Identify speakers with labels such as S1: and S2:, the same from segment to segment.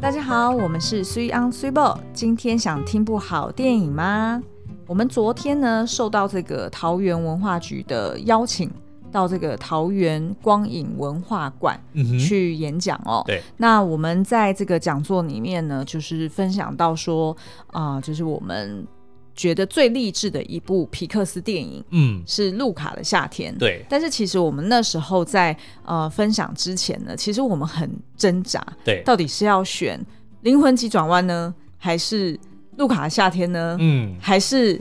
S1: 大家好，我们是 Three on Three Ball。今天想听部好电影吗？我们昨天呢受到这个桃园文化局的邀请，到这个桃园光影文化馆
S2: 嗯哼，
S1: 去演讲哦。
S2: 对，
S1: 那我们在这个讲座里面呢，就是分享到说啊、就是我们觉得最励志的一部皮克斯电影
S2: 嗯，
S1: 是《路卡的夏天》。
S2: 对
S1: 但是其实我们那时候在呃分享之前呢，其实我们很挣扎，
S2: 对，
S1: 到底是要选《灵魂急转弯》呢，还是《路卡的夏天》呢，
S2: 嗯
S1: 还是《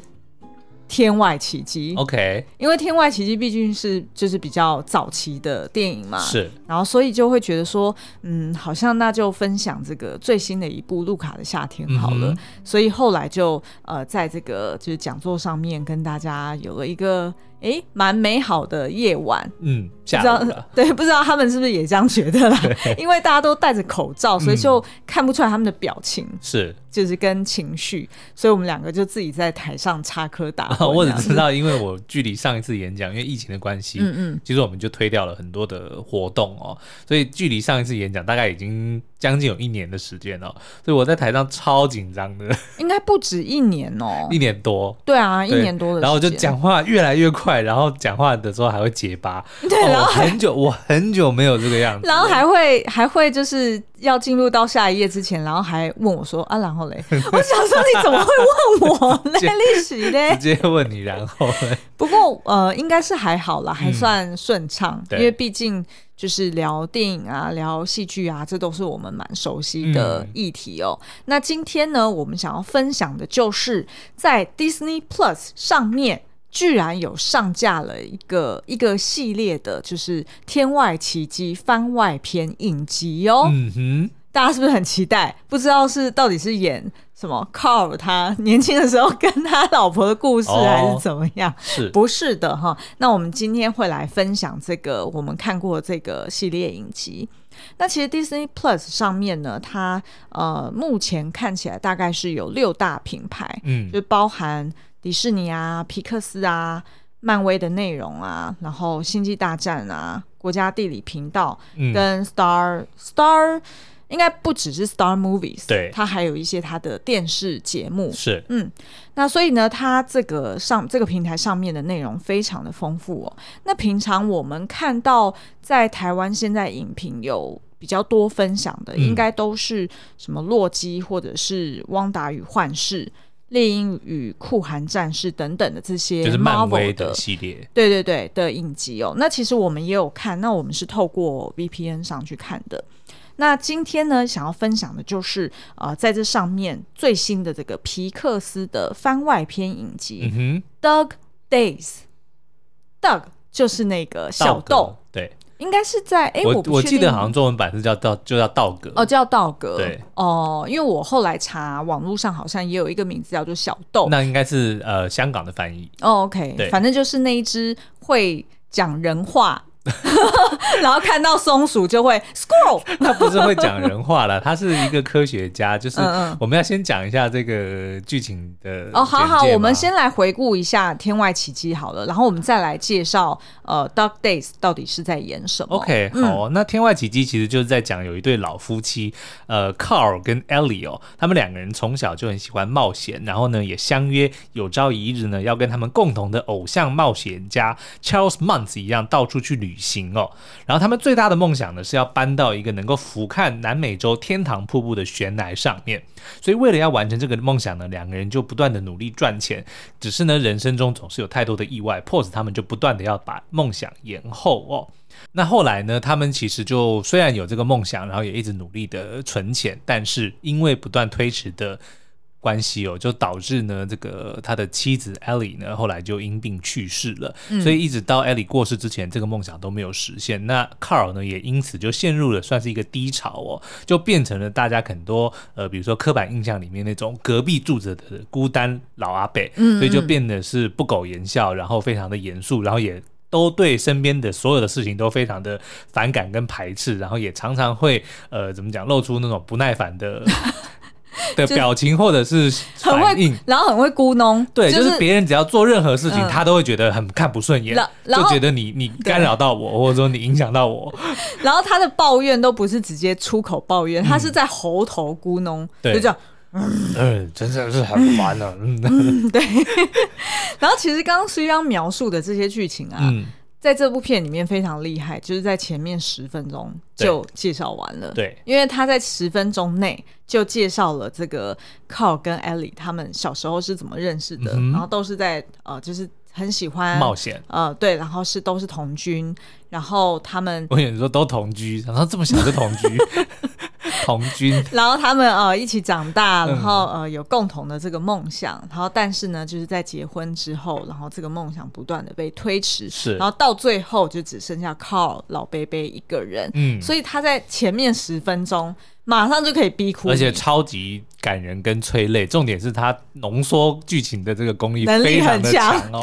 S1: 天外奇迹》
S2: ，OK，
S1: 因为《天外奇迹》毕竟是就是比较早期的电影嘛，
S2: 是，
S1: 然后所以就会觉得说，嗯，好像那就分享这个最新的一部《路卡的夏天》好了。
S2: 嗯哼
S1: 所以后来就呃，在这个就是讲座上面跟大家有了一个诶蛮美好的夜晚。
S2: 嗯，
S1: 不
S2: 下
S1: 知道
S2: 午 了，
S1: 对，不知道他们是不是也这样觉得啦？ 因为大家都戴着口罩，所以就看不出来他们的表情，
S2: 是，
S1: 就是跟情绪。所以我们两个就自己在台上插科打诨。
S2: 我只知道，因为我距离上一次演讲，因为疫情的关系，
S1: 嗯嗯，
S2: 其实我们就推掉了很多的活动哦，所以距离上一次演讲大概已经将近有一年的时间哦，所以我在台上超紧张的，
S1: 应该不止一年哦、
S2: 一年多。
S1: 对啊，一
S2: 对
S1: 年多的时间。
S2: 然后我就讲话越来越快，然后讲话的时候还会结巴。
S1: 对
S2: 哦
S1: 然后
S2: 我很久，我很久没有这个 样子了。
S1: 然后还会还会就是要进入到下一页之前，然后还问我说啊，然后嘞， 我想说你怎么会问我 嘞，历史嘞
S2: 直？接问你，然后呢
S1: 不过呃，应该是还好啦，还算顺畅，
S2: 嗯对
S1: 因为毕竟就是聊电影啊、聊戏剧啊，这都是我们蛮熟悉的
S2: 嗯
S1: 议题哦。那今天呢，我们想要分享的就是在 Disney Plus 上面。居然有上架了一个一个系列的，就是《天外奇迹》番外篇影集哦。
S2: 嗯哼，
S1: 大家是不是很期待？不知道是到底是演什么 Carl 他年轻的时候跟他老婆的故事，
S2: 哦
S1: 还是怎么样？
S2: 是，
S1: 不是的哈。那我们今天会来分享这个我们看过这个系列影集。那其实 Disney Plus 上面呢，它呃目前看起来大概是有六大品牌，
S2: 嗯
S1: 就包含迪士尼啊、皮克斯啊、漫威的内容啊，然后星际大战啊、国家地理频道
S2: 嗯，
S1: 跟 Star、Star 应该不只是 Star Movies，
S2: 对
S1: 它还有一些它的电视节目。
S2: 是，
S1: 嗯，那所以呢，它这个上这个平台上面的内容非常的丰富哦。那平常我们看到在台湾现在影评有比较多分享的，
S2: 嗯
S1: 应该都是什么《洛基》或者是《汪达与幻视》《猎鹰与酷寒战士》等等的这些
S2: 就是漫威
S1: Marvel 的嗯
S2: 系列。
S1: 对对对的影集哦。那其实我们也有看，那我们是透过 VPN 上去看的。那今天呢，想要分享的就是呃，在这上面最新的这个皮克斯的番外篇影集
S2: 嗯
S1: 《Dog Days》，Dog 就是那个
S2: 哼，
S1: 小
S2: 道格
S1: 豆，，
S2: 对
S1: 应该是在哎，
S2: 我
S1: 不
S2: 我
S1: 确
S2: 记
S1: 定
S2: 得好像中文版是叫道，就叫道格。
S1: 哦，叫道格，
S2: 对
S1: 哦，因为我后来查网络上好像也有一个名字叫做小豆，
S2: 那应该是呃香港的 翻译，
S1: 哦，OK，
S2: 对
S1: 反正就是那一只会讲人话， 然后看到松鼠就会 squirrel，
S2: 他不是会讲人话啦，他是一个科学家，就是
S1: 嗯嗯
S2: 我们要先讲一下这个剧情的
S1: 哦，好好，
S2: 简介
S1: 我们
S2: 吗
S1: 先来回顾一下《天外奇迹》好了，然后我们再来介绍呃，《Dog Days》到底是在演什么嗯
S2: OK 好哦、那《天外奇迹》其实就是在讲有一对老夫妻，呃，Carl 跟 Ellie 哦，他们两个人从小就很喜欢冒险，然后呢也相约有朝一日呢要跟他们共同的偶像冒险家 Charles Muntz 一样到处去旅行哦。然后他们最大的梦想呢是要搬到一个能够俯瞰南美洲天堂瀑布的悬崖上面。所以为了要完成这个梦想呢，两个人就不断的努力赚钱。只是呢，人生中总是有太多的意外，迫使他们就不断的要把梦想延后哦。那后来呢？他们其实就虽然有这个梦想，然后也一直努力的存钱，但是因为不断推迟的关系哦，就导致呢，这个他的妻子 Ellie 呢，后来就因病去世了。所以一直到 Ellie 过世之前，这个梦想都没有实现。那 Carl 呢，也因此就陷入了算是一个低潮哦，就变成了大家很多呃，比如说刻板印象里面那种隔壁住着的孤单老阿伯，所以就变得是不苟言笑，然后非常的严肃，然后也。都对身边的所有的事情都非常的 反感跟排斥，然后也常常会呃怎么讲露出那种不耐烦的的表情或者是
S1: 很
S2: 反应
S1: 会，，然后很会咕哝，
S2: 对，
S1: 就
S2: 就是别人只要做任何事情，
S1: 嗯
S2: 他都会觉得很看不顺眼
S1: 然，然
S2: 就
S1: 后
S2: 觉得你你干扰到我，或者说你影响到 我，
S1: 然后他的抱怨都不是直接出口抱怨，他是在喉头咕哝，
S2: 嗯对
S1: 就这样。
S2: 嗯，真的是很烦 啊，嗯
S1: 然后其实刚刚虽然描述的这些剧情啊，
S2: 嗯，
S1: 在这部片里面非常厉害，就是在前面十分钟
S2: 对
S1: 就介绍完了。
S2: 对
S1: 因为他在十分钟内就介绍了这个 Carl 跟 Ellie 他们小时候是怎么认识的，
S2: 嗯哼
S1: 然后都是在呃，就是很喜欢
S2: 冒险。
S1: 呃，对，然后是都是童军，然后他们，
S2: 我有时候都同居，然后这么小就同 居，同居，
S1: 然后他们呃一起长大，
S2: 嗯
S1: 然后呃有共同的这个梦想，然后但是呢，就是在结婚之后，然后这个梦想不断的被推迟，
S2: 是
S1: 然后到最后就只剩下靠老贝贝一个人，
S2: 嗯，
S1: 所以他在前面十分钟马上就可以逼哭你，
S2: 而且超级感人跟催泪，重点是它浓缩剧情的这个功力
S1: 能力
S2: 非常的
S1: 很强
S2: 哦，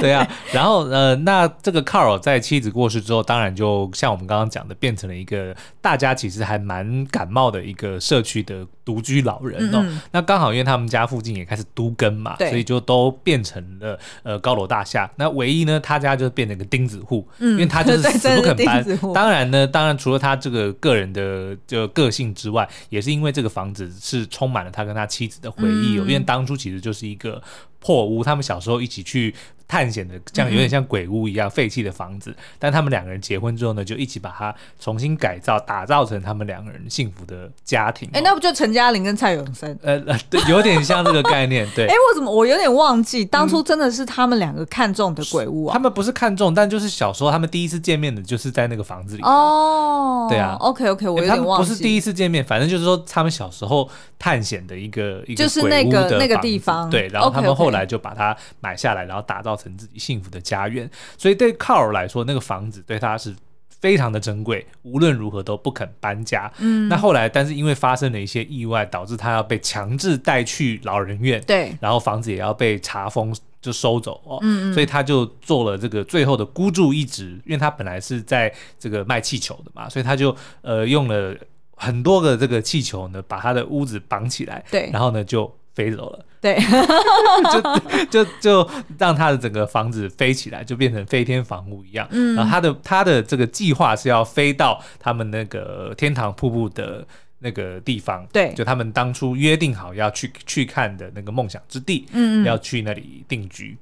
S2: 对啊。然后呃，那这个 Carl 在妻子过世之后，当然就像我们刚刚讲的，变成了一个大家其实还蛮感冒的一个社区的独居老人哦。
S1: 嗯嗯
S2: 那刚好因为他们家附近也开始都更嘛，
S1: 对
S2: 所以就都变成了呃高楼大厦。那唯一呢，他家就变成个钉子户，因为他就是
S1: 嗯 对
S2: 死
S1: 真
S2: 不
S1: 的是
S2: 肯搬
S1: 钉子。户
S2: 当当然呢，当然除了他这个个人的就个性之外，也是因为这个房子是充满了他跟他妻子的回忆、哦，
S1: 嗯
S2: 因为当初其实就是一个破屋，他们小时候一起去探险的，像
S1: 嗯
S2: 有点像鬼屋一样废弃的房子，但他们两个人结婚之后呢，就一起把它重新改造，打造成他们两个人幸福的家庭、哦。
S1: 哎、那不就陈嘉玲跟蔡永生？
S2: 呃呃， 对，有点像这个概念，对
S1: 哎、。我怎么我有点忘记，当
S2: 嗯
S1: 初真的是他们两个看中的鬼屋
S2: 他
S1: 啊？
S2: 们不是看中，但就是小时候他们第一次见面的，就是在那个房子里。
S1: 哦，
S2: 对啊
S1: ，OK OK，我有
S2: 欸他
S1: 点
S2: 们
S1: 忘
S2: 不
S1: 记，
S2: 是第一次见面，反正就是说他们小时候探险的一个一个
S1: 就是
S2: 鬼
S1: 那
S2: 屋
S1: 个
S2: 的
S1: 那个
S2: 房
S1: 地
S2: 子
S1: 方
S2: 对，然后他们
S1: OK，OK
S2: 后来就把它买下来，然后打造成自己幸福的家园。所以对 Carl 来说，那个房子对他是。非常的珍贵，无论如何都不肯搬家。嗯，那后来，但是因为发生了一些意外，导致他要被强制带去老人院。
S1: 对，
S2: 然后房子也要被查封，就收走哦。所以他就做了这个最后的孤注一掷，因为他本来是在这个卖气球的嘛，所以他就呃用了很多个这个气球呢，把他的屋子绑起来，
S1: 对
S2: 然后呢就飞走了。
S1: 对，
S2: 就就就让他的整个房子飞起来，就变成飞天房屋一样。嗯，然后他的他的这个计划是要飞到他们那个天堂瀑布的那个地方，
S1: 对
S2: 就他们当初约定好要去去看的那个梦想之地，嗯，要去那里定居。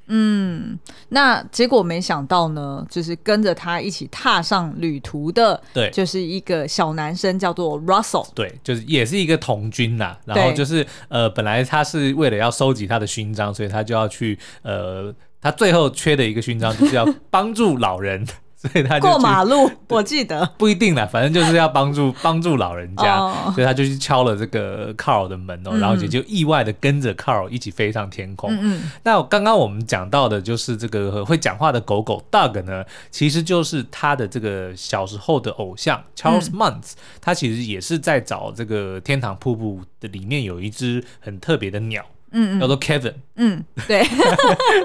S1: 那结果没想到呢，就是跟着他一起踏上旅途的，
S2: 对
S1: 就是一个小男生叫做 Russell，
S2: 对，就是也是一个童军呐、然后
S1: 对
S2: 就是呃，本来他是为了要收集他的勋章，所以他就要去呃，他最后缺的一个勋章就是要帮助老人， 所以他就
S1: 过
S2: 去
S1: 马路，我记得，
S2: 不一定啦，反正就是要帮助帮助老人家，
S1: 哦
S2: 所以他就去敲了这个 Carl 的门哦、然后也就意外的跟着 Carl 一起飞上天空。
S1: 嗯
S2: 那刚刚我们讲到的就是这个会讲话的狗狗 Doug 呢，其实就是他的这个小时候的偶像 Charles
S1: 嗯
S2: Muntz，、他其实也是在找这个天堂瀑布的里面有一只很特别的鸟，
S1: 嗯
S2: 叫做 Kevin，
S1: 嗯嗯，对，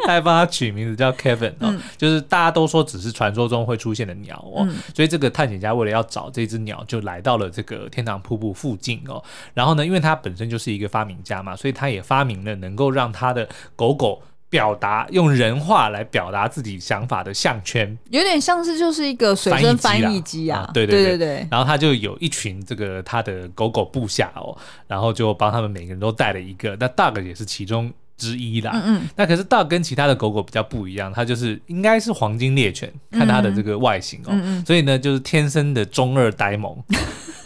S2: 他还帮他取名字叫 Kevin 哦，就是大家都说只是传说中会出现的鸟哦，所以这个探险家为了要找这只鸟，就来到了这个天堂瀑布附近哦。然后呢，因为他本身就是一个发明家嘛，所以他也发明了能够让他的狗狗表达用人话来表达自己想法的项圈。
S1: 有点像是就是一个随身翻
S2: 翻
S1: 译
S2: 译
S1: 机
S2: 机
S1: 啊
S2: 啊，对
S1: 对
S2: 对
S1: 对
S2: 对
S1: 对，
S2: 然后他就有一群这个他的狗狗部下哦，然后就帮他们每个人都带了一个，那 Doug 也是其中之一啦。
S1: 嗯嗯，
S2: 那可是 Dog 跟其他的狗狗比较不一样，它就是应该是黄金猎犬，看它
S1: 嗯
S2: 的这个外形哦，所以呢就是天生的中二呆萌，对，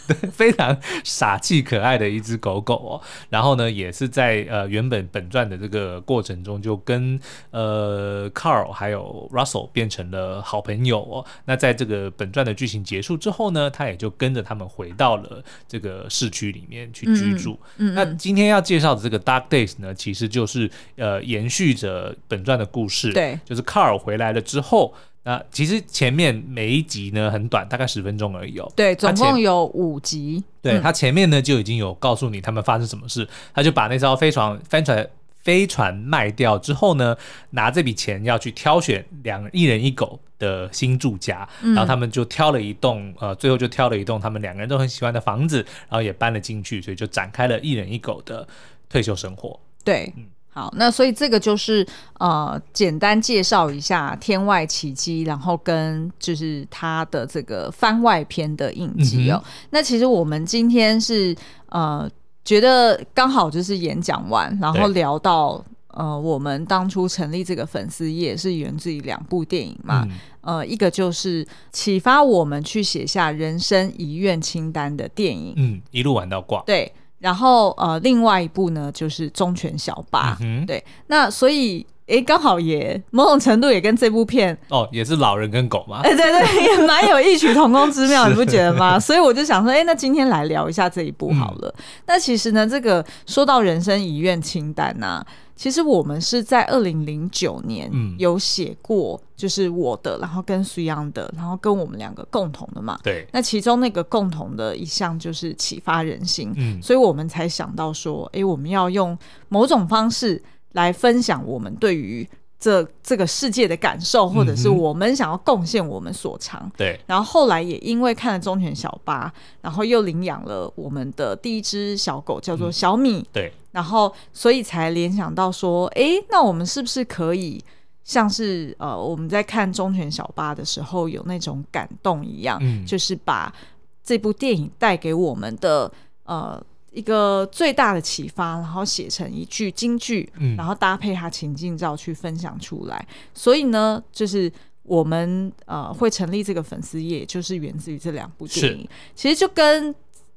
S2: 非常傻气可爱的一只狗狗哦。然后呢，也是在呃原本本传的这个过程中，就跟呃 Carl 还有 Russell 变成了好朋友哦。那在这个本传的剧情结束之后呢，他也就跟着他们回到了这个市区里面去居住。那今天要介绍的这个 Dark Days 呢，其实就是呃延续着本传的故事，
S1: 对，
S2: 就是 Carl 回来了之后。那其实前面每一集呢很短，大概十分钟而已哦。
S1: 对，总
S2: 它前
S1: 共有五集，
S2: 对、他前面呢就已经有告诉你他们发生什么事，他就把那艘飞船帆船飞船卖掉之后呢，拿这笔钱要去挑选两一人一狗的新住家，
S1: 嗯
S2: 然后他们就挑了一栋，呃，最后就挑了一栋他们两个人都很喜欢的房子，然后也搬了进去，所以就展开了一人一狗的退休生活。
S1: 对，
S2: 嗯
S1: 好，那所以这个就是呃，简单介绍一下《天外奇迹》，然后跟就是它的这个番外篇的印记
S2: 嗯
S1: 哦。那其实我们今天是呃，觉得刚好就是演讲完，然后
S2: 对
S1: 聊到。呃，我们当初成立这个粉丝页是源自于两部电影嘛，
S2: 嗯
S1: 呃，一个就是启发我们去写下人生遗愿清单的电影，
S2: 嗯，一路玩到挂。
S1: 对，然后呃，另外一部呢就是《忠犬小八》
S2: 嗯哼，
S1: 对，那所以诶，刚好也某种程度也跟这部片，
S2: 哦，也是老人跟狗嘛。
S1: 哎、 对对，也蛮有异曲同工之妙，你不觉得吗？所以我就想说，诶，那今天来聊一下这一部好了。那其实呢，这个说到人生遗愿清单呐、其实我们是在二零零九年
S2: 嗯
S1: 有写过，就是我的，然后跟苏央的，然后跟我们两个共同的嘛。
S2: 对，
S1: 那其中那个共同的一项就是启发人心，
S2: 嗯
S1: 所以我们才想到说，诶，我们要用某种方式来分享我们对于这这个世界的感受，或者是
S2: 嗯哼
S1: 我们想要贡献我们所长。
S2: 对，
S1: 然后后来也因为看了忠犬小八，然后又领养了我们的第一只小狗，叫
S2: 嗯
S1: 做小米。
S2: 对，
S1: 然后所以才联想到说，诶，那我们是不是可以像是呃我们在看《忠犬小八》的时候有那种感动一样，
S2: 嗯
S1: 就是把这部电影带给我们的呃一个最大的启发，然后写成一句京剧，
S2: 嗯
S1: 然后搭配它情境照去分享出来。所以呢，就是。我们呃会成立这个粉丝页，就是源自于这两部电影。其实就跟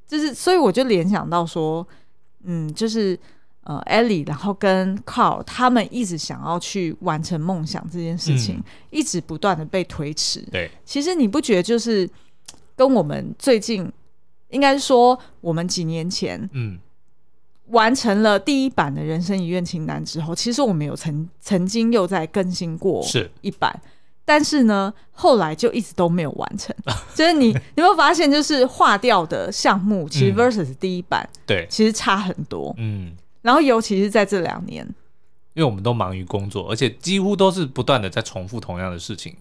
S1: 就是，所以我就联想到说，嗯，就是呃，Ellie，然后跟 Carl 他们一直想要去完成梦想这件事情，
S2: 嗯
S1: 一直不断的被推迟。
S2: 对，
S1: 其实你不觉得就是跟我们最近，应该说我们几年前
S2: 嗯，
S1: 完成了第一版的人生遗愿清单之后，其实我们有曾曾经又在更新过
S2: 是
S1: 一版。但是呢，后来就一直都没有完 成。就是你，你有没有发现，就是划掉的项目，其实
S2: 嗯
S1: versus 第一版、
S2: 对，
S1: 其实差很多。
S2: 嗯，
S1: 然后尤其是在这两年，
S2: 因为我们都忙于工作，而且几乎都是不断的在重复同样的事情，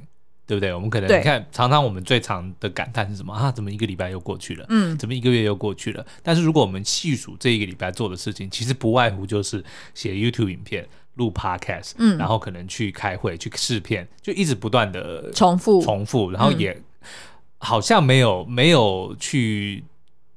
S2: 对不对？我们可能
S1: 对
S2: 你看，常常我们最常的感叹是什么啊？怎么一个礼拜又过去了？
S1: 嗯，
S2: 怎么一个月又过去了？但是如果我们细数这一个礼拜做的事情，其实不外乎就是写 YouTube 影片、录 Podcast，
S1: 嗯
S2: 然后可能去开会、去试片，就一直不断的
S1: 重复，
S2: 重复，然后
S1: 嗯
S2: 也好像没有没有去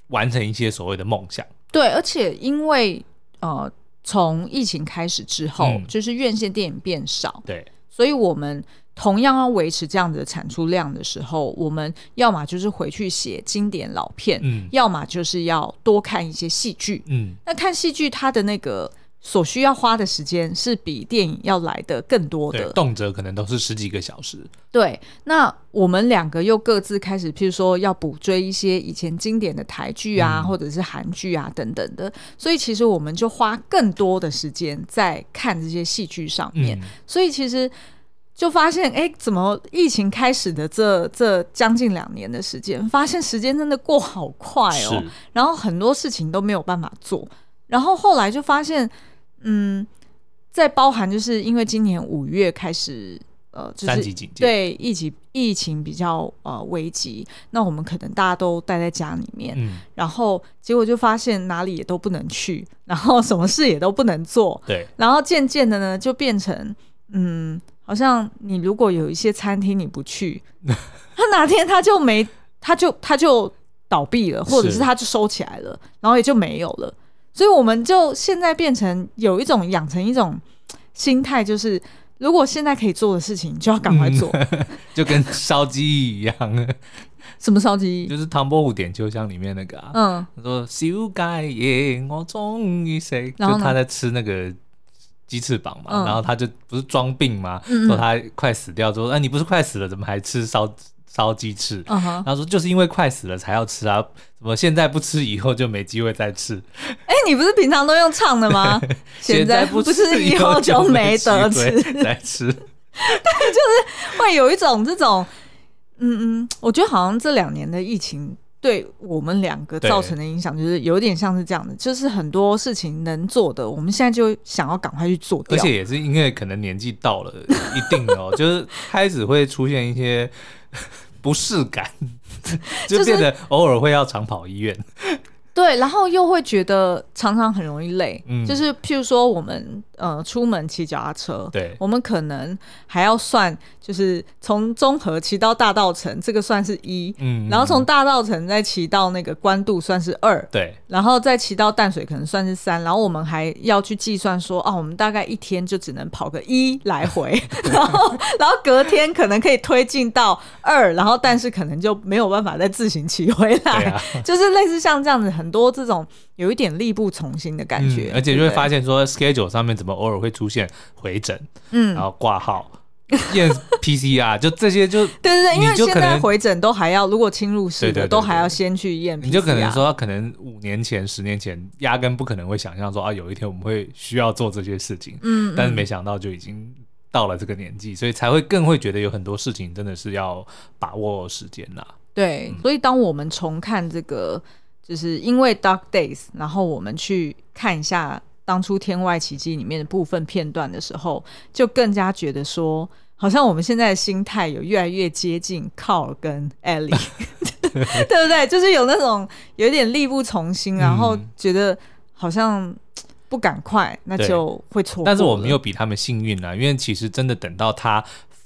S2: 完成一些所谓的梦想。
S1: 对，而且因为呃，从疫情开始之后，
S2: 嗯
S1: 就是院线电影变少，
S2: 对，
S1: 所以我们同样要维持这样子的产出量的时候，我们要么就是回去写经典老片，
S2: 嗯
S1: 要么就是要多看一些戏剧。
S2: 嗯，
S1: 那看戏剧，它的那个所需要花的时间是比电影要来的更多
S2: 对
S1: 的，。
S2: 动辄可能都是十几个小时。
S1: 对，那我们两个又各自开始，譬如说要补追一些以前经典的台剧啊，
S2: 嗯
S1: 或者是韩剧啊等等的，所以其实我们就花更多的时间在看这些戏剧上面。
S2: 嗯，
S1: 所以其实就发现，哎，怎么疫情开始的这这将近两年的时间，发现时间真的过好快哦
S2: 是，，
S1: 然后很多事情都没有办法做，然后后来就发现，嗯，再包含就是因为今年五月开始。呃，就
S2: 三
S1: 是
S2: 级警戒。
S1: 对疫情疫情比较呃危急，那我们可能大家都待在家里面，
S2: 嗯，
S1: 然后结果就发现哪里也都不能去，然后什么事也都不能做，
S2: 对，
S1: 然后渐渐的呢就变成嗯，好像你如果有一些餐厅你不 去，他哪天他就没他就他就倒闭了，或者
S2: 是
S1: 是他就收起来了，然后也就没有了，所以我们就现在变成有一种养成一种心态，就是如果现在可以做的事情，就要赶快做。
S2: 就跟烧鸡一样，
S1: 什么烧鸡？
S2: 就是唐伯虎点秋香里面那个啊。
S1: 嗯，
S2: 他说：“小盖耶，我终于谁？”
S1: 然
S2: 就
S1: 后呢
S2: 他在吃那个鸡翅膀嘛，
S1: 嗯
S2: 然后他就不是装病嘛，
S1: 嗯嗯
S2: 说他快死掉，之后，哎，你不是快死了，怎么还吃烧烧鸡翅？”
S1: 嗯哼，
S2: 他说：“就是因为快死了才要吃啊，怎么现在不吃，以后就没机会再吃？
S1: 哎、你不是平常都用唱的吗？ 现在
S2: 不
S1: 不是以后就
S2: 就
S1: 没
S2: 机
S1: 得
S2: 会
S1: 吃，
S2: 再吃。
S1: 会有一种这种，嗯嗯，我觉得好像这两年的疫情对我们两个
S2: 对
S1: 造成的影响，就是有点像是这样的，就是很多事情能做的，我们现在就想要赶快去做
S2: 而
S1: 掉。
S2: 且也是因为可能年纪到了一定 哦，就是开始会出现一些 不适感，
S1: 就
S2: 就是变得偶尔会要长跑医院。
S1: 对，然后又会觉得常常很容易累，
S2: 嗯
S1: 就是譬如说我们呃出门骑脚踏车，
S2: 对
S1: 我们可能还要算，就是从中和骑到大道城，这个算是一，
S2: 嗯
S1: 然后从大道城再骑到那个官渡算是二，
S2: 对
S1: 然后再骑到淡水可能算是三，然后我们还要去计算说，哦，我们大概一天就只能跑个一来 回，然后然后隔天可能可以推进到二，然后但是可能就没有办法再自行骑回
S2: 对
S1: 来，
S2: 啊，
S1: 就是类似像这样子很多这种有一点力不从心的感觉，
S2: 嗯而且就会
S1: 对不对
S2: 发现说 schedule 上面怎么偶尔会出现回诊，
S1: 嗯
S2: 然后 挂号、验 PCR，就这些就
S1: 对对对，因为
S2: 你就
S1: 现
S2: 可
S1: 在
S2: 能
S1: 回诊都还要，如果侵入式的
S2: 对对对
S1: 都还要先去验 PCR，
S2: 你就可能说，可能五年前、十年前，压根不可能会想象说啊，有一天我们会需要做这些事情。
S1: 嗯，嗯，
S2: 但是没想到就已经到了这个年纪，所以才会更会觉得有很多事情真的是要把握时间啦。
S1: 对，
S2: 嗯
S1: 所以当我们重看这个，就是因为 Dark Days，然后我们去看一下当初《天外奇迹》里面的部分片段的时候，就更加觉得说，好像我们现在的心态有越来越接近 Carl 跟 Ellie，对不对？就是有那种有点力不从心，然后
S2: 嗯
S1: 觉得好像不赶快，那
S2: 对
S1: 就会错过了。
S2: 但是我没有比他们幸运啊啦，因为其实真的等到他，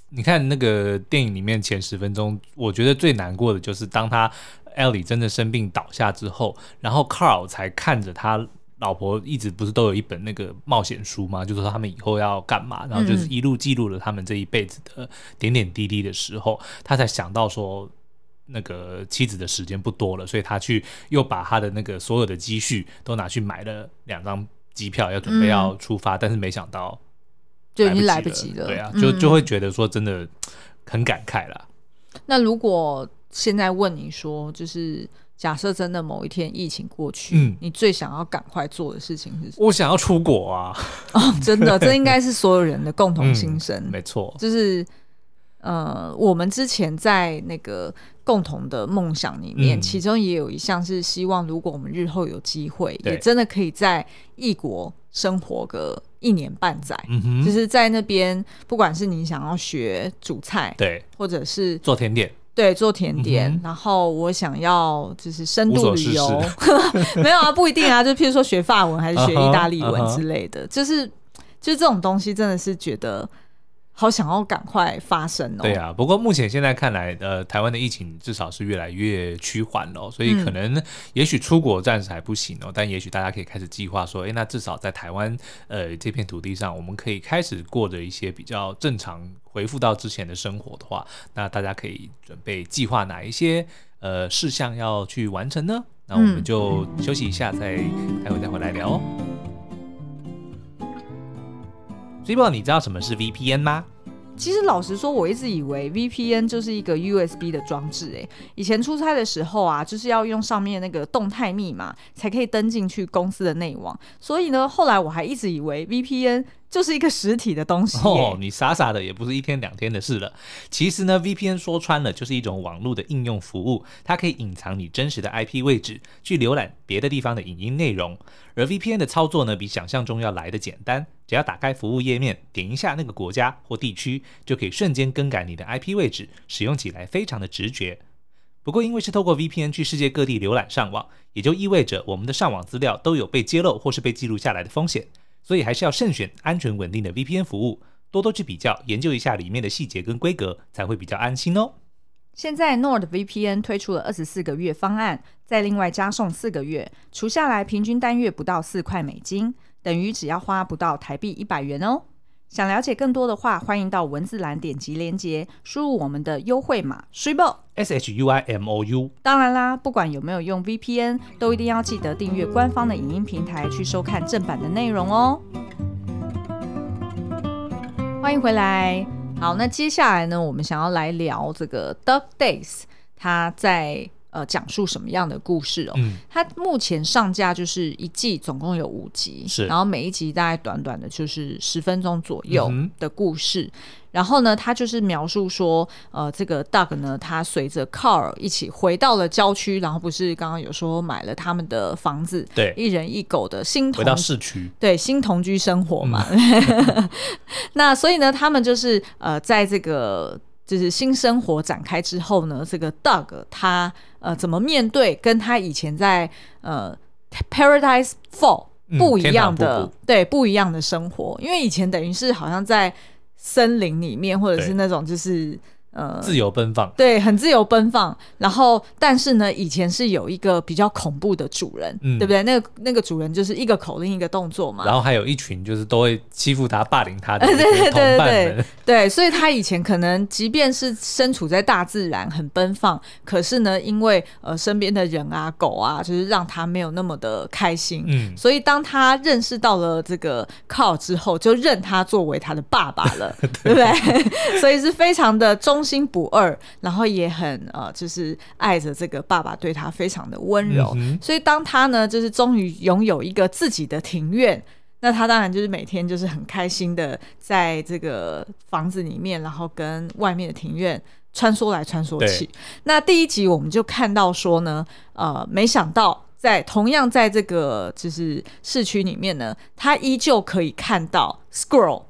S2: 你看那个电影里面前十分钟，我觉得最难过的就是当他 Ellie 真的生病倒下之后，然后 Carl 才看着他。老婆一直不是都有一本那个冒险书吗？就说他们以后要干嘛，然后
S1: 嗯
S2: 就是一路记录了他们这一辈子的点点滴滴的时候，他才想到说那个妻子的时间不多了，所以他去又把他的那个所有的积蓄都拿去买了两张机票，要准备要出发，但是没想到
S1: 就已经来
S2: 不
S1: 不
S2: 及
S1: 及了，
S2: 对啊，
S1: 嗯
S2: 就就会觉得说真的很感慨啦。
S1: 那如果现在问你说，就是假设真的某一天疫情过去，
S2: 嗯
S1: 你最想要赶快做的事情是什
S2: 我想要出国啊，
S1: 么？ 真的，这应该是所有人的共同心声，
S2: 嗯没错，
S1: 就是。呃，我们之前在那个共同的梦想里面，
S2: 嗯
S1: 其中也有一项是希望，如果我们日后有机会，
S2: 对
S1: 也真的可以在异国生活个一年半载，
S2: 嗯哼，
S1: 就是在那边，不管是你想要学煮菜，
S2: 对，
S1: 或者是
S2: 做甜点，
S1: 对，做甜点，
S2: 嗯哼
S1: 然后我想要就是深
S2: 无
S1: 度
S2: 所
S1: 旅
S2: 事
S1: 游， 没有啊，不一定啊，就譬如说学法文还是学
S2: 嗯哼
S1: 意大利
S2: 嗯
S1: 文
S2: 哼
S1: 之类的就是就是这种东西真的是觉得好想要赶快发生哦。
S2: 对啊，不过目前现在看来，呃，台湾的疫情至少是越来越趋缓了哦，所以可能也许出国暂时还不行哦，但也许大家可以开始计划说，诶，那至少在台湾呃这片土地上，我们可以开始过着一些比较正常恢复到之前的生活的话，那大家可以准备计划哪一些呃事项要去完成呢？那我们
S1: 嗯
S2: 就休息一下，再待会再回来聊哦。追宝，你知道什么是 VPN 吗？
S1: 其实老实说，我一直以为 VPN 就是一个 USB 的装置、诶，以前出差的时候啊，就是要用上面那个动态密码才可以登进去公司的内网，所以呢，后来我还一直以为 VPN 就是一个实体的东西、欸耶
S2: 哦，你傻傻的也不是一天两天的事了。其实呢，VPN 说穿了就是一种网络的应用服务，它可以隐藏你真实的 IP 位置，去浏览别的地方的影音内容。而 VPN 的操作呢，比想象中要来的简单，只要打开服务页面，点一下那个国家或地区，就可以瞬间更改你的 IP 位置，使用起来非常的直觉。不过，因为是透过 VPN 去世界各地浏览上网，也就意味着我们的上网资料都有被揭露或是被记录下来的风险，所以还是要慎选安全稳定的 VPN 服务，多多去比较，研究一下里面的细节跟规格，才会比较安心哦。
S1: 现在 NordVPN 推出了二十四个月方案，再另外加送四个月，除下来平均单月不到四块美金，等于只要花不到台币一百元哦。想了解更多的话，欢迎到文字栏点击链接，输入我们的优惠码 s h i b o
S2: S H U I M O U，
S1: 当然啦，不管有没有用 VPN，都一定要记得订阅官方的影音平台去收看正版的内容哦。欢迎回来。好，那接下来呢，我们想要来聊这个《Duck Days》，它在呃讲述什么样的故事哦？
S2: 嗯，
S1: 它目前上架就是一季，总共有五集，
S2: 是
S1: 然后每一集大概短短的，就是十分钟左右
S2: 嗯哼
S1: 的故事。然后呢，他就是描述说，呃，这个 Doug 呢，他随着 Carl 一起回到了郊区，然后不是刚刚有说买了他们的房子，
S2: 对
S1: 一人一狗的新同
S2: 回到市区，
S1: 对新同居生活嘛。
S2: 嗯
S1: 那所以呢，他们就是呃，在这个就是新生活展开之后呢，这个 Doug 他呃怎么面对跟他以前在呃 Paradise Fall
S2: 嗯
S1: 不一样
S2: 天
S1: 的、
S2: 堂瀑
S1: 对不一样的生活，因为以前等于是好像在森林里面，或者是
S2: 对
S1: 那种就是呃
S2: 自由奔放，
S1: 对，很自由奔放。然后，但是呢，以前是有一个比较恐怖的主人，
S2: 嗯
S1: 对不对？那个那个主人就是一个口令一个动作嘛
S2: 然。后还有一群就是都会欺负他、霸凌他 的
S1: 对对对
S2: 同
S1: 对
S2: 伴们
S1: 对，对，所以他以前可能即便是身处在大自然很奔放，可是呢，因为呃身边的人啊、狗啊，就是让他没有那么的开心。
S2: 嗯，
S1: 所以当他认识到了这个 Carl 之后，就认他作为他的爸爸了，对不对？ 所以是非常的忠心不二，然后也很呃，就是爱着这个爸爸对他非常的温柔。
S2: 嗯哼
S1: 所以当他呢，就是终于拥有一个自己的庭院。那他当然就是每天就是很开心的在这个房子里面，然后跟外面的庭院穿梭来穿梭去
S2: 对。
S1: 那第一集我们就看到说呢，呃，没想到在同样在这个就是市区里面呢，他依旧可以看到 squirrel，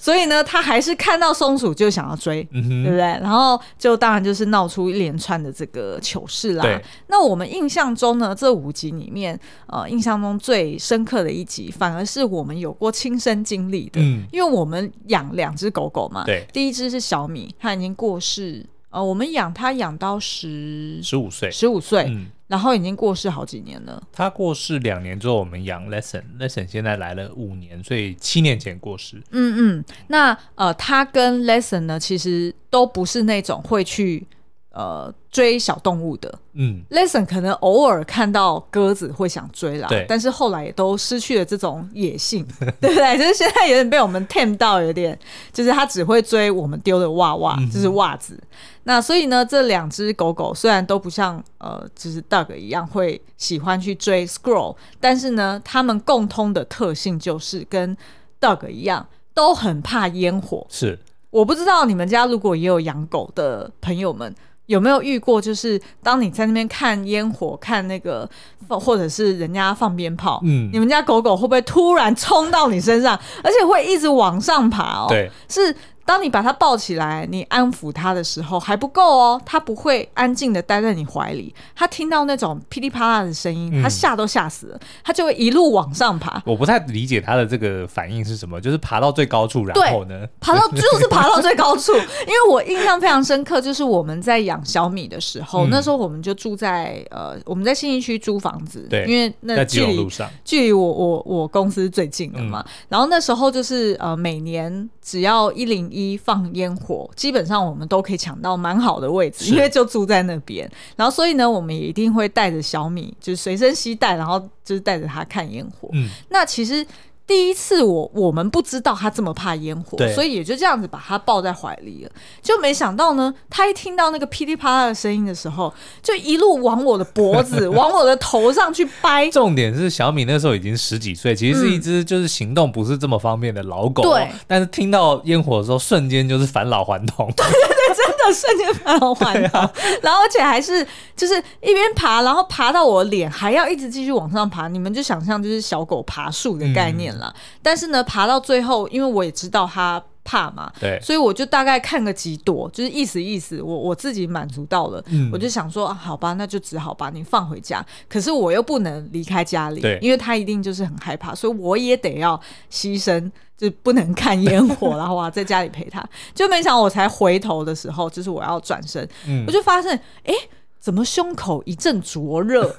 S1: 所以呢，他还是看到松鼠就想要追，
S2: 嗯哼
S1: 对不对？然后就当然就是闹出一连串的这个糗事啦
S2: 对。
S1: 那我们印象中呢，这五集里面，呃，印象中最深刻的一集，反而是我们有过亲身经历的，
S2: 嗯
S1: 因为我们养两只狗狗嘛。
S2: 对
S1: 第一只是小米，它已经过世。呃，我们养它养到十
S2: 十五岁，
S1: 十五岁，
S2: 嗯，
S1: 然后已经过世好几年了。
S2: 他过世两年之后，我们养 lesson，lesson 现在来了五年，所以七年前过世，
S1: 嗯嗯，那呃，他跟 Lesson 呢，其实都不是那种会去呃追小动物的。
S2: 嗯，
S1: Lesson 可能偶尔看到鸽子会想追啦
S2: 对，
S1: 但是后来也都失去了这种野性， 对不对？就是现在有点被我们 tame 到，有点就是它只会追我们丢的袜袜，
S2: 嗯
S1: 就是袜子。那所以呢，这两只狗狗虽然都不像呃，就是 Doug 一样会喜欢去追 Squirrel，但是呢，它们共通的特性就是跟 Doug 一样，都很怕烟火。
S2: 是
S1: 我不知道你们家如果也有养狗的朋友们，有没有遇过？就是当你在那边看烟火、看那个，或者是人家放鞭炮，
S2: 嗯
S1: 你们家狗狗会不会突然冲到你身上，而且会一直往上爬哦？，
S2: 对，
S1: 是当你把它抱起来，你安抚它的时候还不够哦，它不会安静的待在你怀里，它听到那种噼里啪啦的声音，
S2: 嗯
S1: 它吓都吓死了，它就会一路往上爬。
S2: 我不太理解他的这个反应是什么，就是爬到最高处，然
S1: 对
S2: 后呢，
S1: 爬到就是爬到最高处，因为我印象非常深刻，就是我们在养小米的时候，
S2: 嗯
S1: 那时候我们就住在呃我们在信义区租房子，
S2: 对
S1: 因为那
S2: 在基
S1: 距
S2: 隆
S1: 离
S2: 路上，
S1: 距离我我我公司最近的嘛。
S2: 嗯
S1: 然后那时候就是呃，每年只要一零一放烟火，基本上我们都可以抢到蛮好的位置，
S2: 是
S1: 因为就住在那边。然后所以呢，我们也一定会带着小米，就是随身携带，然后就是带着它看烟火。
S2: 嗯，
S1: 那其实。第一次我我们不知道它这么怕烟火，
S2: 对
S1: 所以也就这样子把它抱在怀里了。就没想到呢，它一听到那个噼里啪啦的声音的时候，就一路往我的脖子、 往我的头上去掰，
S2: 重点是小米那时候已经十几岁，其实是一只就是行动不是这么方便的老狗哦、
S1: 对
S2: 但是听到烟火的时候，瞬间就是返老还童，
S1: 真的瞬间爬到环岛，然后而且还是就是一边爬，然后爬到我脸，还要一直继续往上爬。你们就想象就是小狗爬树的概念啦。但是呢，爬到最后，因为我也知道它怕嘛，
S2: 对，
S1: 所以我就大概看个几朵，就是意思意思，我我自己满足到了，
S2: 嗯
S1: 我就想说、啊，好吧，那就只好把你放回家。可是我又不能离开家里
S2: 对，
S1: 因为他一定就是很害怕，所以我也得要牺牲，就不能看烟火， 然后啊在家里陪他。就没想到我才回头的时候，就是我要转身，
S2: 嗯
S1: 我就发现，哎、怎么胸口一阵灼热？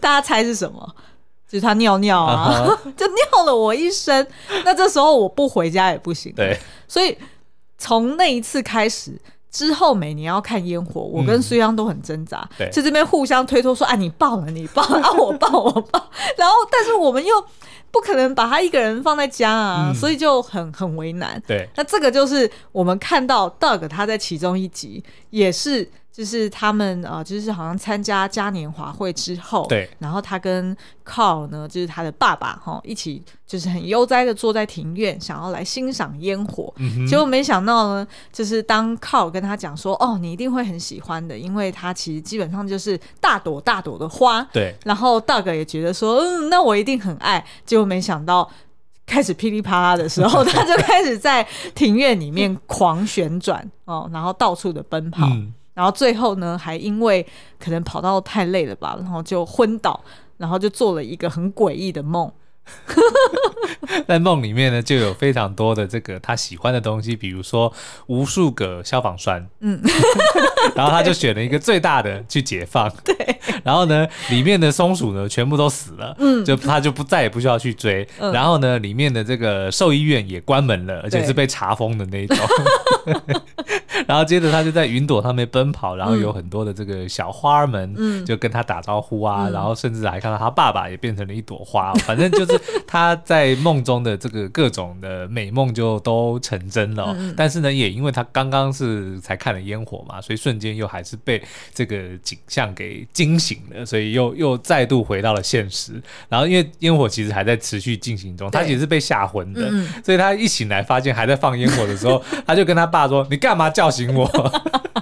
S1: 大家猜是什么？就是他尿尿啊
S2: 啊
S1: 就尿了我一身。那这时候我不回家也不行，
S2: 对，
S1: 所以从那一次开始，之后每年要看烟火，我跟苏央都很挣扎，
S2: 嗯 对
S1: 在这边互相推脱说：“啊，你爆了，你爆了，啊，我爆，我爆。”然后，但是我们又不可能把他一个人放在家啊，
S2: 嗯
S1: 所以就很很为难。
S2: 对，
S1: 那这个就是我们看到 Doug 他在其中一集也是，就是他们啊、呃就是好像参加嘉年华会之后，
S2: 对，
S1: 然后他跟 Carl 呢，就是他的爸爸哈，一起就是很悠哉的坐在庭院，想要来欣赏烟火。
S2: 嗯哼
S1: 结果没想到呢，就是当 Carl 跟他讲说，哦，你一定会很喜欢的，因为它其实基本上就是大朵大朵的花。
S2: 对，
S1: 然后 Doug 也觉得说，嗯，那我一定很爱。结果没想到。开始噼里啪啦的时候，他就开始在庭院里面狂旋转哦，然后到处的奔跑，
S2: 嗯，
S1: 然后最后呢，还因为可能跑到太累了吧，然后就昏倒，然后就做了一个很诡异的梦。
S2: 在梦里面呢，就有非常多的这个他喜欢的东西，比如说无数个消防栓，
S1: 嗯，
S2: 然后他就选了一个最大的去解放，对， 然后呢，里面的松鼠呢全部都死了，嗯，就他就不再也不需要去追，
S1: 嗯
S2: 然后呢，里面的这个兽医院也关门了，而且
S1: 对
S2: 是被查封的那一种。 然后接着他就在云朵上面奔跑，然后有很多的这个小花儿们，
S1: 嗯
S2: 就跟他打招呼啊，然后甚至还看到他爸爸也变成了一朵花哦、反正就是他在梦中的这个各种的美梦就都成真了哦、
S1: 嗯
S2: 但是呢，也因为他刚刚是才看了烟火嘛，所以瞬间又还是被这个景象给惊醒了，所以又又再度回到了现实。然后因为烟火其实还在持续进行中，他
S1: 对
S2: 其实是被吓昏的，
S1: 嗯
S2: 所以他一醒来发现还在放烟火的 时候，他就跟他爸说：“你干嘛叫醒我？”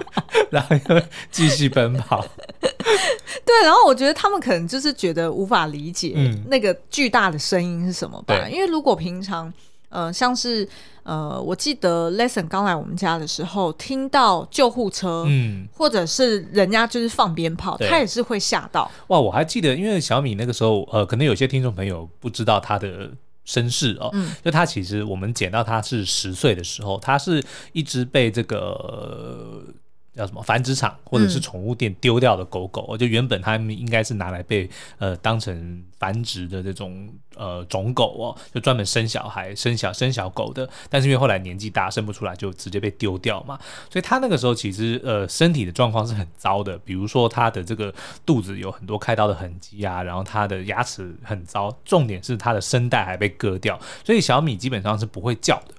S2: 然后又继续奔跑。
S1: 对，然后我觉得他们可能就是觉得无法理解
S2: 嗯
S1: 那个巨大的声音是什么吧，
S2: 对
S1: 因为如果平常。呃，像是呃，我记得 Lesson 刚来我们家的时候，听到救护车，
S2: 嗯，
S1: 或者是人家就是放鞭炮，
S2: 对
S1: 他也是会吓到。
S2: 哇，我还记得，因为小米那个时候，呃，可能有些听众朋友不知道他的。身世哦，
S1: 嗯
S2: 就他其实我们捡到他是十岁的时候，他是一只被这个呃叫什么繁殖场或者是
S1: 嗯
S2: 宠物店丢掉的狗狗，就原本他们应该是拿来被呃当成繁殖的这种呃种狗哦，就专门生小孩、生小生小狗的，但是因为后来年纪大生不出来，就直接被丢掉嘛。所以他那个时候其实呃身体的状况是很糟的，比如说他的这个肚子有很多开刀的痕迹啊，然后他的牙齿很糟，重点是他的声带还被割掉，所以小米基本上是不会叫的。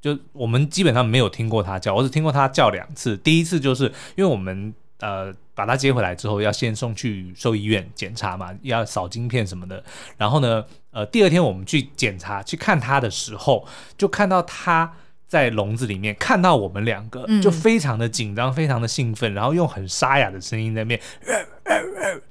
S2: 就我们基本上没有听过他叫，我只听过他叫两次。第一次就是因为我们呃把他接回来之后，要先送去兽医院检查嘛，要扫晶片什么的。然后呢，呃，第二天我们去检查去看他的时候，就看到他。在笼子里面看到我们两个，
S1: 嗯
S2: 就非常的紧张，非常的兴奋，然后用很沙哑的声音在那边，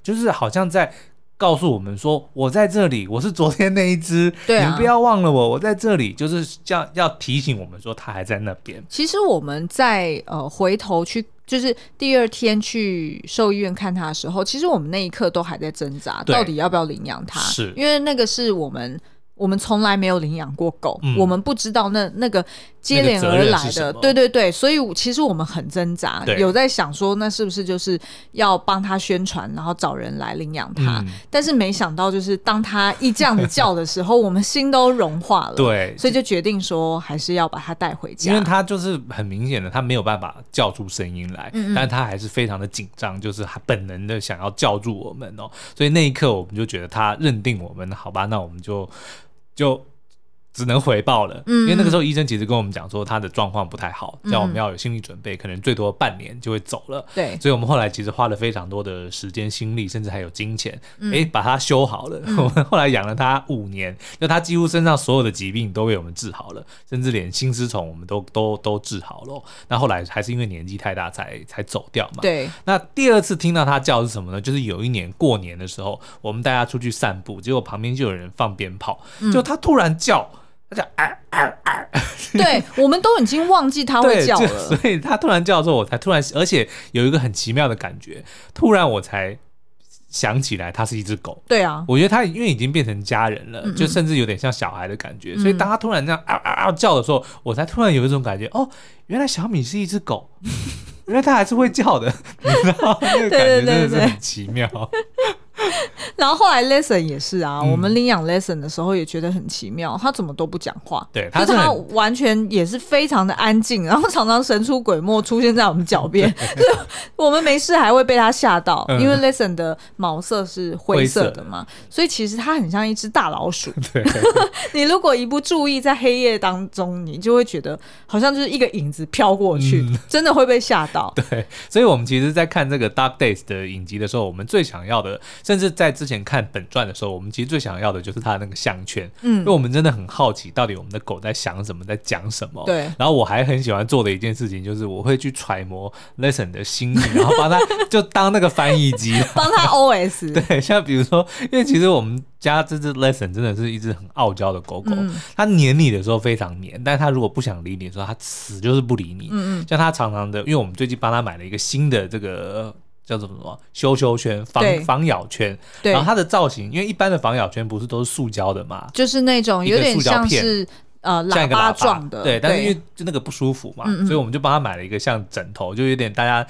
S2: 就是好像在告诉我们说，我在这里，我是昨天那一只，
S1: 对啊
S2: 你们不要忘了我，我在这里，就是这样要提醒我们说他还在那边。
S1: 其实我们在呃回头去，就是第二天去兽医院看他的时候，其实我们那一刻都还在挣扎，
S2: 对
S1: 到底要不要领养他？
S2: 是
S1: 因为那个是我们。我们从来没有领养过狗，
S2: 嗯
S1: 我们不知道那那个接连而
S2: 那个责任
S1: 来
S2: 是
S1: 的
S2: 什，么
S1: 对对对，所以我其实我们很挣扎，
S2: 对
S1: 有在想说那是不是就是要帮他宣传，然后找人来领养他？
S2: 嗯
S1: 但是没想到，就是当他一这样子叫的时候，我们心都融化了，，
S2: 对，
S1: 所以就决定说还是要把他带回家，
S2: 因为他就是很明显的，他没有办法叫出声音来，
S1: 嗯嗯
S2: 但他还是非常的紧张，就是他本能的想要叫住我们哦。所以那一刻，我们就觉得他认定我们，好吧，那我们就就。只能回报了，
S1: 嗯
S2: 因为那个时候医生其实跟我们讲说他的状况不太好，
S1: 嗯
S2: 叫我们要有心理准备，可能最多半年就会走了。
S1: 对，
S2: 所以我们后来其实花了非常多的时间、心力，甚至还有金钱，
S1: 嗯
S2: 诶，把它修好了。 我们后来养了它五年，就它几乎身上所有的疾病都被我们治好了，甚至连心丝虫我们都都都治好了哦。那后来还是因为年纪太大才才走掉嘛。
S1: 对，
S2: 那第二次听到他叫是什么呢？就是有一年过年的时候，我们带他出去散步，结果旁边就有人放鞭炮，
S1: 嗯
S2: 就他突然叫，他叫哎。
S1: 对，我们都已经忘记他
S2: 对，
S1: 会叫
S2: 就
S1: 了。
S2: 所以他突然叫的时候，我才突然，而且有一个很奇妙的感觉，突然我才想起来，它是一只狗。
S1: 对啊，
S2: 我觉得它因为已经变成家人了，
S1: 嗯嗯嗯
S2: 就甚至有点像小孩的感觉，所以当它突然这样啊啊啊叫的时候，我才突然有一种感觉，哦，原来小米是一只狗。 原来它还是会叫的，你知道那
S1: 对
S2: 个感觉
S1: 对对
S2: 真的是
S1: 对
S2: 很奇妙。
S1: 然后后来 Lesson 也是啊，
S2: 嗯
S1: 我们领养 Lesson 的时候也觉得很奇妙，他怎么都不讲话，
S2: 对
S1: 就
S2: 他
S1: 是
S2: 是
S1: 他
S2: 很
S1: 完全也是非常的安静，然后 常常神出鬼没出现在我们脚边， 就是我们没事还会被他吓到，
S2: 嗯
S1: 因为 Lesson 的毛色是灰色的嘛，所以其实它很像一只大老鼠。
S2: 对，
S1: 你如果一不注意，在黑夜当中，你就会觉得好像就是一个影子飘过去，
S2: 嗯
S1: 真的会被吓到。
S2: 对，所以我们其实，在看这个《Dark Days》的影集的时候，我们最想要的，甚至在之前看本传的时候，我们其实最想要的就是它的那个项圈，
S1: 嗯
S2: 因为我们真的很好奇，到底我们的狗在想什么，在讲什么。
S1: 对
S2: 然后我还很喜欢做的一件事情，就是我会去揣摩 Lesson 的心意，然后 帮他就当那个翻译机。
S1: 帮他 OS，
S2: 对，像比如说，因为其实我们家这只 Lesson 真的是一只很傲娇的狗狗，
S1: 嗯
S2: 它黏你的时候非常黏，但它如果不想理你的时候，它死就是不理你。
S1: 嗯
S2: 像它常常的，因为我们最近帮它买了一个新的这个。叫做什么修修圈、防
S1: 对
S2: 防咬圈，
S1: 对
S2: 然后它的造型，因为一般的防咬圈不是都是塑胶的嘛，
S1: 就是那种有点像是呃
S2: 像
S1: 喇
S2: 一个喇叭
S1: 状的，
S2: 对，但是因为就那个不舒服嘛，
S1: 嗯嗯
S2: 所以我们就帮他买了一个像枕头，就有点大家。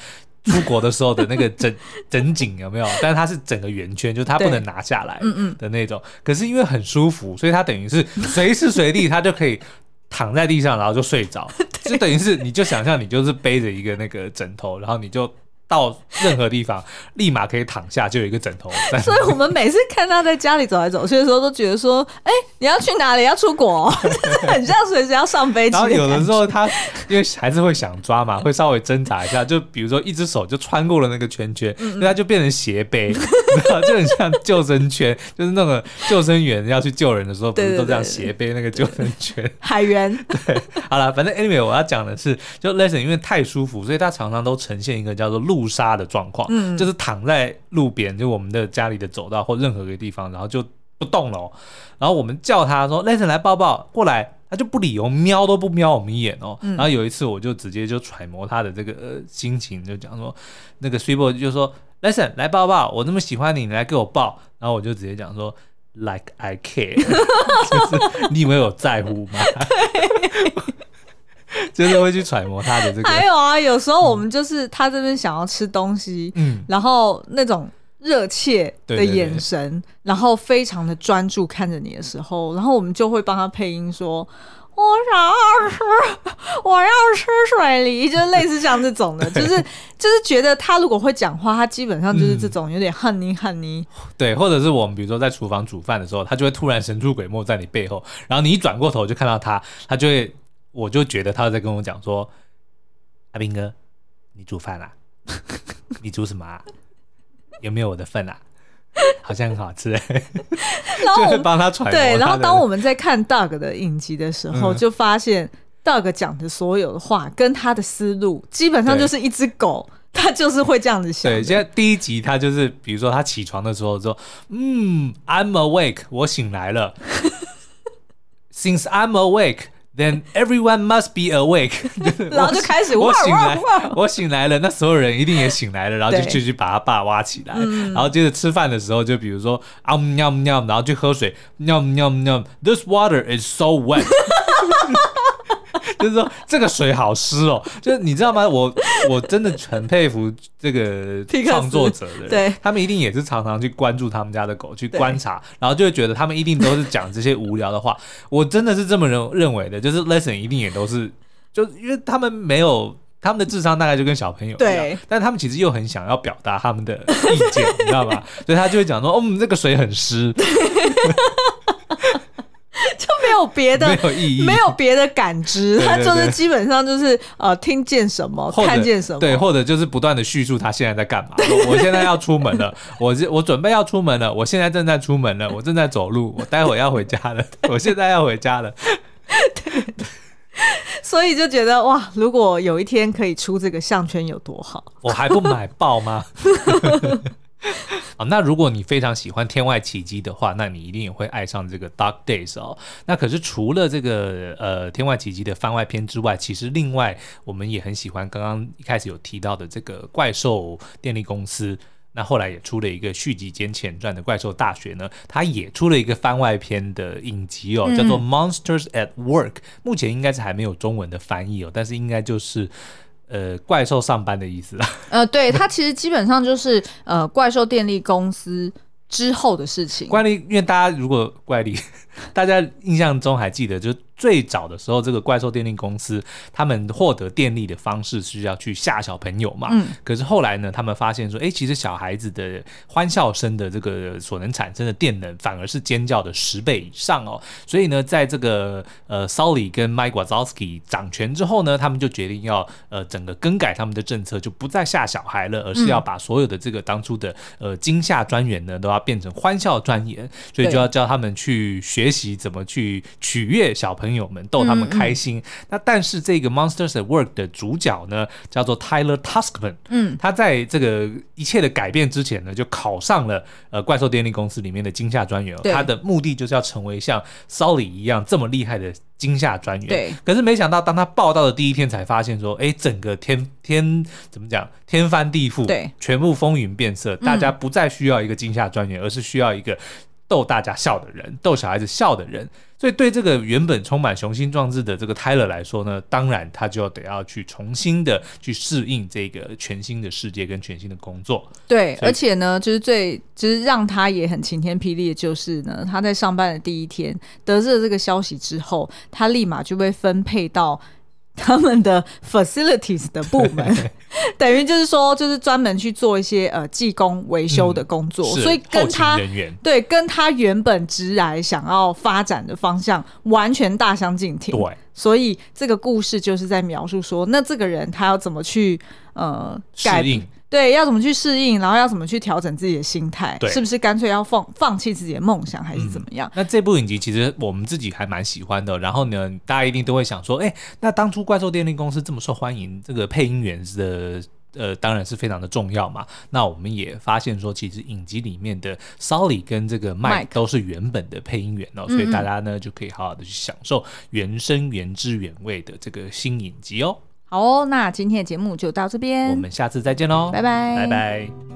S2: 出国的时候的那个枕 枕颈有没有？但是它是整个圆圈，就是它不
S1: 对
S2: 能拿下来
S1: 嗯嗯
S2: 的那种。可是因为很舒服，所以它等于是随时随地它就可以躺在地上，然后就睡 着。就等于是你就想象你就是背着一个那个枕头，然后你就到任何地方立马可以躺下，就有一个枕头在
S1: 所以我们每次看他在家里走来走 去的时候，都觉得说：“哎、你要去哪里？要出国、哦？” 就是很像随时要上 飞机
S2: 然后
S1: 感觉。
S2: 有的时候他因为还是会想抓嘛，会稍微挣扎一下，就比如说一只手就穿过了那个圈圈，
S1: 嗯
S2: 所以他就变成斜 背， 然后就很像救生圈，就是那个救生员要去救人的时候，不
S1: 对
S2: 是
S1: 对
S2: 都这样
S1: 对对
S2: 斜背那个救生 圈？
S1: 海员，
S2: 好了，反正 anyway 我要讲的是，就 Lesson 因为太舒服，所以他常常都呈现一个叫做路杀的状况，
S1: 嗯
S2: 就是躺在路边，就我们的家里的走道或任何一个地方，然后就不动了哦、然后我们叫他说 Lesson 来抱抱过来。他就不理哦，瞄都不瞄我们一眼哦。
S1: 嗯
S2: 然后有一次，我就直接就揣摩他的这个、呃、心情，就讲说，那个 s w e e b o 就说，Lesson 来抱抱，我那么喜欢你，你来给我抱。然后我就直接讲说，Like I care，就是你以为我在乎吗？ 就是会去揣摩他的这个，
S1: 还有啊，有时候我们就是他这边想要吃东西，
S2: 嗯，
S1: 然后那种热切的
S2: 对对对
S1: 眼神，然后非常的专注看着你的时候，然后我们就会帮他配音说。我想要吃，我要吃水梨，就是类似像这种的， 就是就是觉得他如果会讲话，他基本上就是这种有点恨 你恨你，
S2: 对，或者是我们比如说在厨房煮饭的时候，他就会突然神出鬼没在你背后，然后你一转过头就看到他，他就会，我就觉得他在跟我讲说，阿斌哥，你煮饭啦、 你煮什么啊？有没有我的份啊？好像很好吃、 欸，
S1: 然后
S2: 就
S1: 我
S2: 会
S1: 们
S2: 帮他揣
S1: 哦
S2: 摩他的。
S1: 对，然后当我们在看 Doug 的影集的时候，
S2: 嗯
S1: 就发现 Doug 讲的所有的话跟他的思路，基本上就是一只狗，他就是会这样子想的。
S2: 对，现在第一集他就是，比如说他起床的时候说，嗯，I'm awake，我醒来了。Since I'm awake, then everyone must be awake 就是我。
S1: 然后就开始
S2: 我
S1: 哇
S2: 醒
S1: 哇
S2: 来
S1: 哇，
S2: 我醒来了，那所有人一定也醒来了，然后就
S1: 对嗯
S2: 就去把他爸挖起来，然后接着吃饭的时候，就比如说啊喵喵，然后去喝水，喵喵喵，This water is so wet 。就是说这个水好湿哦，就是你知道吗？我我真的很佩服这个
S1: 皮克斯
S2: 创作者的人，
S1: 对
S2: 他们一定也是常常去关注他们家的狗，去
S1: 对
S2: 观察，然后就会觉得他们一定都是讲这些无聊的话。我真的是这么认认为的，就是 lesson 一定也都是，就因为他们没有。他们的智商大概就跟小朋友一
S1: 对
S2: 样，但他们其实又很想要表达他们的意见，你知道吗？ 所以他就会讲说：“哦，嗯这个水很湿，
S1: 就没有别的
S2: 没。有意义，
S1: 没有别的感知，
S2: 对对
S1: 他就是
S2: 对
S1: 基本上就是呃，听见什么，
S2: 或者
S1: 看见什么，
S2: 对，或者就是不断的叙述他现在在干嘛。我我现在要出门了，我是我准备要出门了，我现在正在出门了，我正在走路，我待会要回家了，我现在要回家了。
S1: 所以就觉得哇，如果有一天可以出这个项圈有多好。
S2: 我还不买爆吗？ 好，那如果你非常喜欢《天外奇迹》的话，那你一定也会爱上这个《Dark Days》哦。那可是除了这个呃《天外奇迹》的番外篇之外，其实另外我们也很喜欢刚刚一开始有提到的这个怪兽电力公司。那后来也出了一个续集兼前传的《怪兽大学》呢，它也出了一个番外篇的影集哦，叫做《Monsters at Work》，目前应该是还没有中文的翻译哦，但是应该就是呃怪兽上班的意思啦。
S1: 呃，对，它其实基本上就是呃，怪兽电力公司之后的事情。
S2: 怪力，因为大家如果怪力，大家印象中还记得，就是最早的时候，这个怪兽电力公司他们获得电力的方式是要去吓小朋友嘛。
S1: 嗯
S2: 可是后来呢，他们发现说，哎、其实小孩子的欢笑声的这个所能产生的电能，反而是尖叫的十倍以上哦。所以呢，在这个呃 Sully 跟 Mike Wazowski 掌权之后呢，他们就决定要呃整个更改他们的政策，就不再吓小孩了，而是要把所有的这个当初的呃惊吓专员呢，都要变成欢笑专员，所以
S1: 对
S2: 就要教他们去学习怎么去取悦小朋友们，逗他们开心。那但是这个 Monsters at Work 的主角呢，叫做 Tyler Tuskman，
S1: 嗯，
S2: 他在这个一切的改变之前呢，就考上了呃怪兽电力公司里面的惊吓专员哦。
S1: 对
S2: 他的目的就是要成为像 Sully 一样这么厉害的惊吓专员。
S1: 对。
S2: 可是没想到，当他报道的第一天，才发现说，哎，整个天天怎么讲，天翻地覆，
S1: 对，嗯
S2: 全部风云变色，大家不再需要一个惊吓专员，而是需要一个逗大家笑的人，逗小孩子笑的人。所以对这个原本充满雄心壮志的这个 Tyler 来说呢，当然他就得要去重新的去适应这个全新的世界跟全新的工作。
S1: 对，
S2: 所以
S1: 而且呢，就是最就是让他也很晴天霹雳的就是呢，他在上班的第一天得知了这个消息之后，他立马就被分配到。 他们的 facilities 的部门， 等于就是说，就是专门去做一些呃技工维修的工作，
S2: 嗯是
S1: 所以跟
S2: 后勤
S1: 他
S2: 人员
S1: 对跟他原本直来想要发展的方向完全大相径庭。
S2: 对
S1: 所以这个故事就是在描述说，那这个人他要怎么去呃
S2: 适
S1: 改
S2: 应。
S1: 对，要怎么去适应，然后要怎么去调整自己的心态
S2: 对，
S1: 是不是干脆要放放弃自己的梦想，还是怎么样？
S2: 那这部影集其实我们自己还蛮喜欢的，然后呢，大家一定都会想说，哎、那当初怪兽电力公司这么受欢迎，这个配音员的。呃，当然是非常的重要嘛。那我们也发现说，其实影集里面的 Sally 跟这个 Mike
S1: Mike
S2: 都是原本的配音员哦，所以大家呢就可以好好的去享受原声原汁原味的这个新影集哦。
S1: 好哦，那今天的节目就到这边，
S2: 我们下次再见喽，
S1: 拜拜
S2: 拜拜。